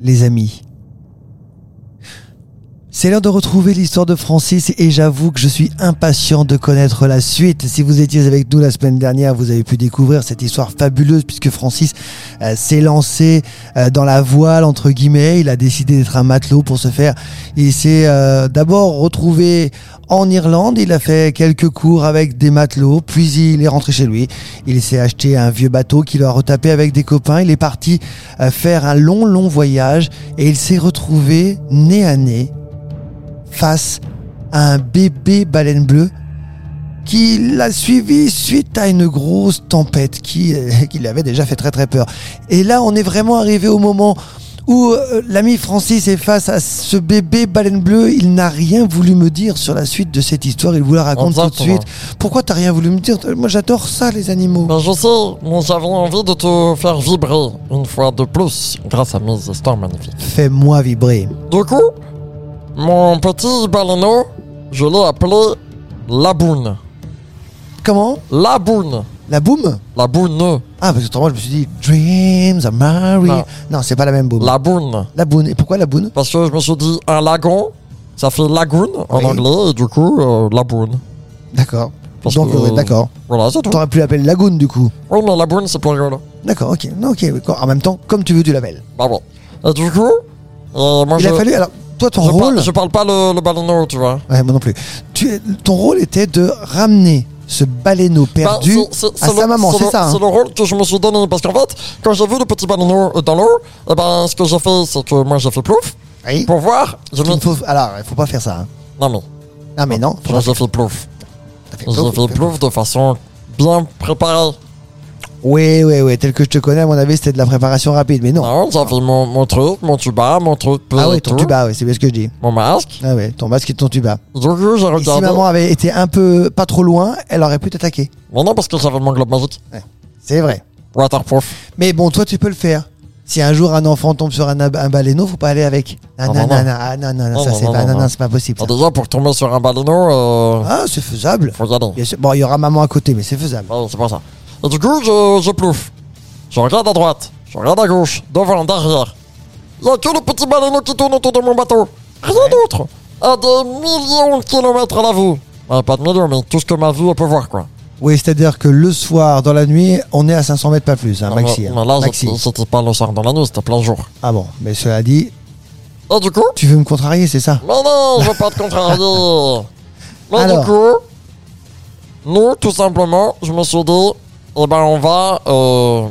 les amis. C'est l'heure de retrouver l'histoire de Francis et j'avoue que je suis impatient de connaître la suite. Si vous étiez avec nous la semaine dernière, vous avez pu découvrir cette histoire fabuleuse puisque Francis euh, s'est lancé euh, dans la voile entre guillemets. Il a décidé d'être un matelot pour se faire. Il s'est euh, d'abord retrouvé en Irlande. Il a fait quelques cours avec des matelots, puis il est rentré chez lui. Il s'est acheté un vieux bateau qu'il a retapé avec des copains. Il est parti euh, faire un long, long voyage et il s'est retrouvé nez à nez face à un bébé baleine bleue qui l'a suivi suite à une grosse tempête qui, euh, qui l'avait déjà fait très très peur. Et là, on est vraiment arrivé au moment où euh, l'ami Francis est face à ce bébé baleine bleue. Il n'a rien voulu me dire sur la suite de cette histoire. Il vous la raconte tout de Exactement. suite. Pourquoi t'as rien voulu me dire Moi, j'adore ça, les animaux. Ben je sais, nous avons envie de te faire vibrer une fois de plus grâce à mes histoires magnifiques. Fais-moi vibrer. Du coup, mon petit baleineau, je l'ai appelé Laboune. Comment Laboune. La boum Laboune. Ah, parce que autrement, je me suis dit Dreams are married. Non, Non. c'est pas la même boum. La, Laboune. boune. Et pourquoi la boune Parce que je me suis dit, un lagon, ça fait lagoon en Oui. anglais, et du coup, euh, Laboune. D'accord. Parce Donc, que- ouais, d'accord. Voilà, c'est tout. T'aurais pu l'appeler Lagoon, du coup. Oui, mais Laboune, c'est plus rigolo. D'accord, ok. Non, ok, d'accord. En même temps, comme tu veux, tu l'appelles. Bah bon. Et du coup, euh, moi Il je. a fallu. Alors, toi, ton je, par- rôle. je parle pas le, le baleineau, tu vois. Ouais, moi non plus. Tu... Ton rôle était de ramener ce baleineau Bah, perdu c'est- c'est- à c'est sa le- maman, c'est le- ça. hein C'est le rôle que je me suis donné. Parce qu'en fait, quand j'ai vu le petit baleineau euh, dans l'eau, eh ben, ce que j'ai fait, c'est que moi j'ai fait plouf. Oui. Pour voir, je me. Il faut... Alors, il faut pas faire ça. hein. Non mais, Ah, mais non. faut moi pas j'ai fait plouf. faire- J'ai fait plouf de façon bien préparée. Oui, oui, oui. Tel que je te connais, à mon avis, c'était de la préparation rapide. Mais non. Non, j'ai fait mon, mon truc, mon tuba, mon truc, Ah, et oui, ton tout, tuba, oui, c'est bien ce que je dis. mon masque. Ah, ouais, ton masque et ton tuba. Et du coup, j'ai Et si regardé. maman avait été un peu pas trop loin, elle aurait pu t'attaquer. Mais non, parce que j'avais mon globe magique. C'est vrai. Waterproof. Mais bon, toi, tu peux le faire. Si un jour un enfant tombe sur un, ab- un baleineau, faut pas aller avec. Ah Ah, non, non, non, non. non, ah, non, non, non, Non, ça non, c'est non, pas, non, non, non, non. c'est pas possible. Ah, ça. déjà, pour tomber sur un baleineau, euh, Ah, c'est faisable. faut y aller. Bien sûr. Bon, il y aura maman à côté, mais c'est faisable. Ouais, c'est pas ça. Et du coup, je, je plouffe. Je regarde à droite, je regarde à gauche, devant, derrière. Il a que le petit baleineau qui tourne autour de mon bateau. Rien d'autre. À des millions de kilomètres à la vue. Ouais, pas de millions, mais tout ce que ma vue elle peut voir, quoi. Oui, c'est-à-dire que le soir, dans la nuit, on est à 500 mètres, pas plus, hein, maxi. Mais- hein, mais là, maxi. c'était- c'était pas le soir dans la nuit, c'était plein jour. Ah bon, mais cela dit, Et du coup, tu veux me contrarier, c'est ça mais non, je veux pas te contrarier. Mais Alors. du coup, euh, nous, tout simplement, je me suis dit, eh ben, on va euh,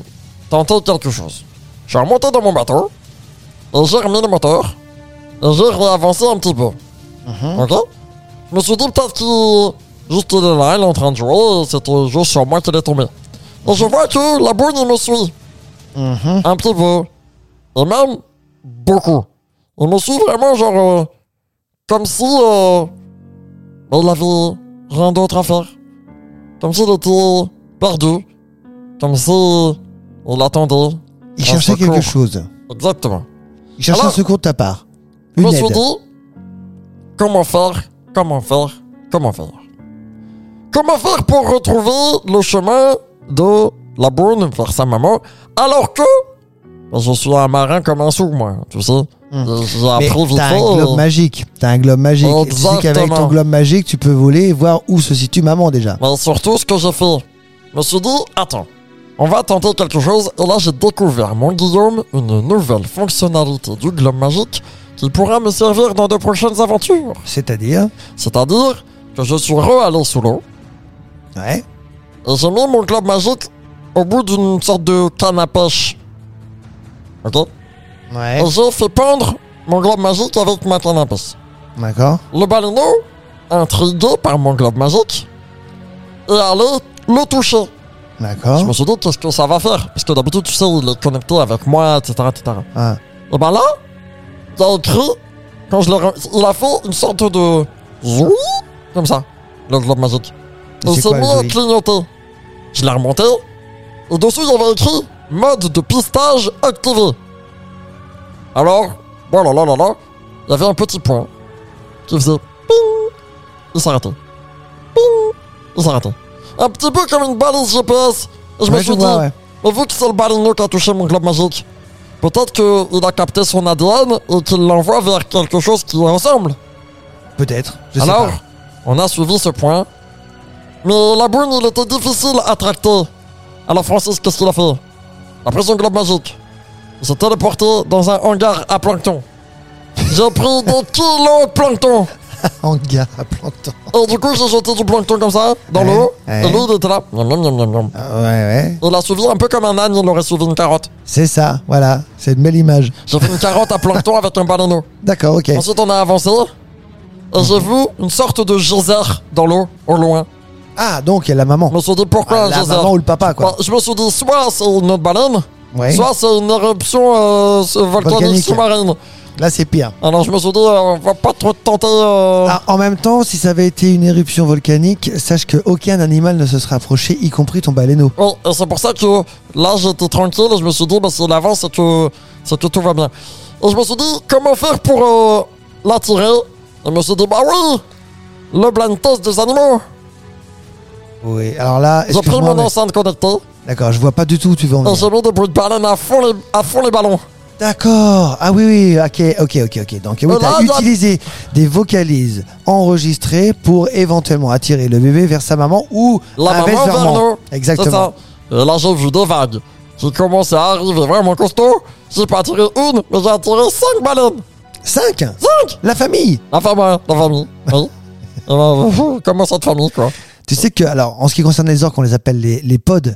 tenter quelque chose. Je suis remonté dans mon bateau, et j'ai remis le moteur, et j'ai réavancé un petit peu. Ok Je me suis dit, peut-être qu'il. Juste, il est là, il est en train de jouer, et c'est juste sur moi qu'il est tombé. Et je vois que la boule, il me suit. Un petit peu. Et même beaucoup. Il me suit vraiment, genre. euh, comme si. euh, mais il avait rien d'autre à faire. Comme s'il était perdu. Comme si il attendait. Il un cherchait quelque secours. chose. Exactement. Il cherchait Alors- un secours de ta part. Je Une me suis aide. dit, comment faire, comment faire, comment faire Comment faire pour retrouver le chemin de la bourne vers sa maman alors que ben, je suis un marin comme un sourd, moi, tu sais. J'ai Hmm. Mais appris vite t'as fait, un globe euh, magique. T'as un globe magique. Et Tu sais qu'avec ton Exactement. globe magique, tu peux voler et voir où se situe maman déjà. Mais surtout, ce que j'ai fait, je me suis dit, attends, on va tenter quelque chose. Et là, j'ai découvert, mon Guillaume, une nouvelle fonctionnalité du globe magique qui pourra me servir dans de prochaines aventures. C'est-à-dire C'est-à-dire que je suis re-allé sous l'eau Ouais. et j'ai mis mon globe magique au bout d'une sorte de canne à pêche. Ok Ouais. Et j'ai fait pendre mon globe magique avec ma canne à pêche. D'accord. Le baleineau, intrigué par mon globe magique, est allé le toucher. Je D'accord. me suis dit, qu'est-ce que ça va faire Parce que d'habitude, tu sais, il est connecté avec moi, etc. etc. Ah. Et ben là, il a écrit, quand je l'ai re- il a fait une sorte de zoui, comme ça, le globe magique. Et Il c'est s'est quoi, le mis à zoui clignoter. Je l'ai remonté, et dessus il y avait écrit mode de pistage activé. Alors, voilà, là, là, là, il y avait un petit point qui faisait ping, il s'arrêtait. Ping, il s'arrêtait. Un petit peu comme une balise GPS. Et je Ouais, me je suis dit, bah, vois, ouais. mais vu que c'est le baleineau qui a touché mon globe magique, Peut-être qu'il a capté son ADN et qu'il l'envoie vers quelque chose qui ressemble. Peut-être. Je sais Alors, pas. on a suivi ce point. Mais la boune, il était difficile à tracter. Alors Francis, qu'est-ce qu'il a fait Il a pris son globe magique. Il s'est téléporté dans un hangar à plancton. J'ai pris des kilos de plancton. Hangar à plancton. Et du coup, j'ai jeté du plancton comme ça, dans Ouais, l'eau. ouais. Et lui, il était là. Miam, miam, miam, miam, miam. Ah, ouais, ouais. Il a suivi un peu comme un âne, il aurait suivi une carotte. C'est ça, voilà. C'est une belle image. J'ai fait une carotte à plancton avec un baleineau. D'accord, ok. Ensuite, on a avancé. Et j'ai vu une sorte de geyser dans l'eau, au loin. Ah, donc il y a la maman. Je me suis dit pourquoi Ah, un la geyser maman ou le papa, quoi. Bah, Je me suis dit soit c'est une autre baleine, Ouais. soit c'est une éruption euh, s- volcanique Volcanique. sous-marine. Là, c'est pire. Alors je me suis dit, euh, on va pas trop tenter. euh, Ah, en même temps, si ça avait été une éruption volcanique, sache que aucun animal ne se serait approché, y compris ton baleineau. Oui, et Oh, euh, c'est pour ça que là j'étais tranquille et je me suis dit, bah, s'il avance, c'est que, c'est que tout va bien. Et je me suis dit, comment faire pour euh, l'attirer Et je me suis dit, bah oui, le blind test des animaux. Oui. Alors là, J'ai pris excuse-moi, mon mais- enceinte connectée d'accord, je vois pas du tout où tu veux en et venir. j'ai mis des bruits de baleine à fond les, à fond les ballons. D'accord. Ah oui, oui, ok, ok, ok, ok. Donc oui, Voilà, t'as voilà. utilisé des vocalises enregistrées pour éventuellement attirer le bébé vers sa maman ou La inverse maman vers nous. C'est Ah, Exactement. ça. Et là, j'ai vu des vagues qui commençaient à arriver vraiment costaud. J'ai pas attiré une, mais j'ai attiré cinq baleines. Cinq. Cinq La famille. Enfin, moi, la famille. Oui. Euh, Comment cette famille, quoi Tu sais que, alors, en ce qui concerne les orques, on les appelle les, les pods.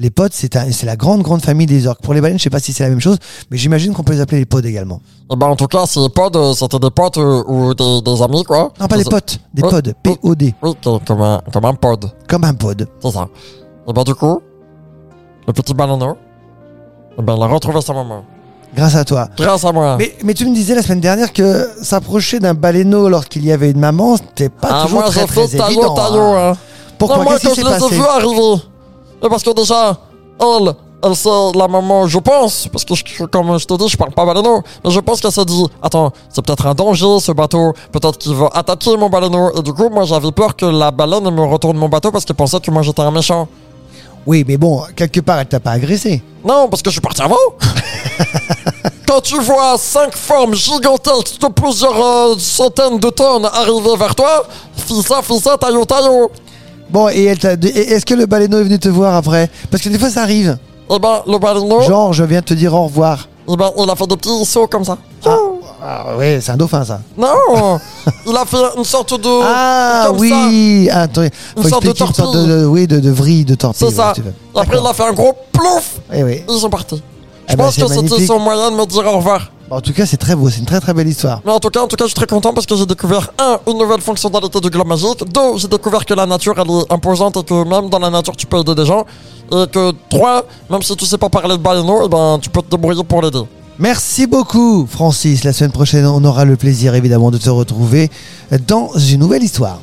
Les pods, c'est un- c'est la grande, grande famille des orques. Pour les baleines, je sais pas si c'est la même chose, mais j'imagine qu'on peut les appeler les pods également. Eh ben, en tout cas, ces pods, euh, c'était des potes euh, ou des, des amis, quoi. Non, pas les C'est- potes, des Oh. pods, P-O-D, Oui, co- comme un, comme un pod. comme un pod. C'est ça. Et ben, du coup, le petit baleine, eh ben, il a retrouvé sa maman. Grâce à toi. Grâce à moi. Mais, mais tu me disais la semaine dernière que s'approcher d'un baleineau lorsqu'il y avait une maman, c'était pas ah, toujours moi, très, j'ai très fait taillot, évident. taillot, hein. hein. Pourquoi Non, moi, Qu'est-ce quand qui je s'est les ai passé vus arriver, mais parce que déjà, elle, elle c'est la maman, je pense, parce que je- comme je te dis, je parle pas baleineau, mais je pense qu'elle s'est dit, attends, c'est peut-être un danger ce bateau, peut-être qu'il va attaquer mon baleineau, et du coup, moi j'avais peur que la baleine me retourne mon bateau parce qu'elle pensait que moi j'étais un méchant. Oui, mais bon, quelque part, elle t'a pas agressé. Non, parce que je suis parti avant. Quand tu vois cinq formes gigantesques de plusieurs euh, centaines de tonnes arriver vers toi, fissa, fissa, taillot, taillot. Bon, et elle t'a- et est-ce que le baleineau est venu te voir après Parce que des fois, ça arrive. Eh ben, le baleineau, Genre, je viens te dire au revoir. eh ben, il a fait des petits sauts comme ça. Oh. Ah ouais, c'est un dauphin, ça. Non Il a fait une sorte de. Ah Oh, comme ça. oui Attends, faut sorte expliquer de une sorte de, torpille. de- oui, de, de vrille, de C'est torpille. ça. Oh. ouais, si tu veux. Après, il D'accord. a fait un gros plouf Eh oui. Ils sont partis. Eh Je ben, pense c'est que c'était magnifique. son moyen de me dire au revoir. En tout cas, c'est très beau, c'est une très très belle histoire. Mais en tout cas, en tout cas, je suis très content parce que j'ai découvert, un, une nouvelle fonctionnalité du globe magique. Deux, j'ai découvert que la nature, elle est imposante et que même dans la nature, tu peux aider des gens. Et que trois, même si tu sais pas parler de baleineau, eh ben, tu peux te débrouiller pour l'aider. Merci beaucoup, Francis. La semaine prochaine, on aura le plaisir évidemment de te retrouver dans une nouvelle histoire.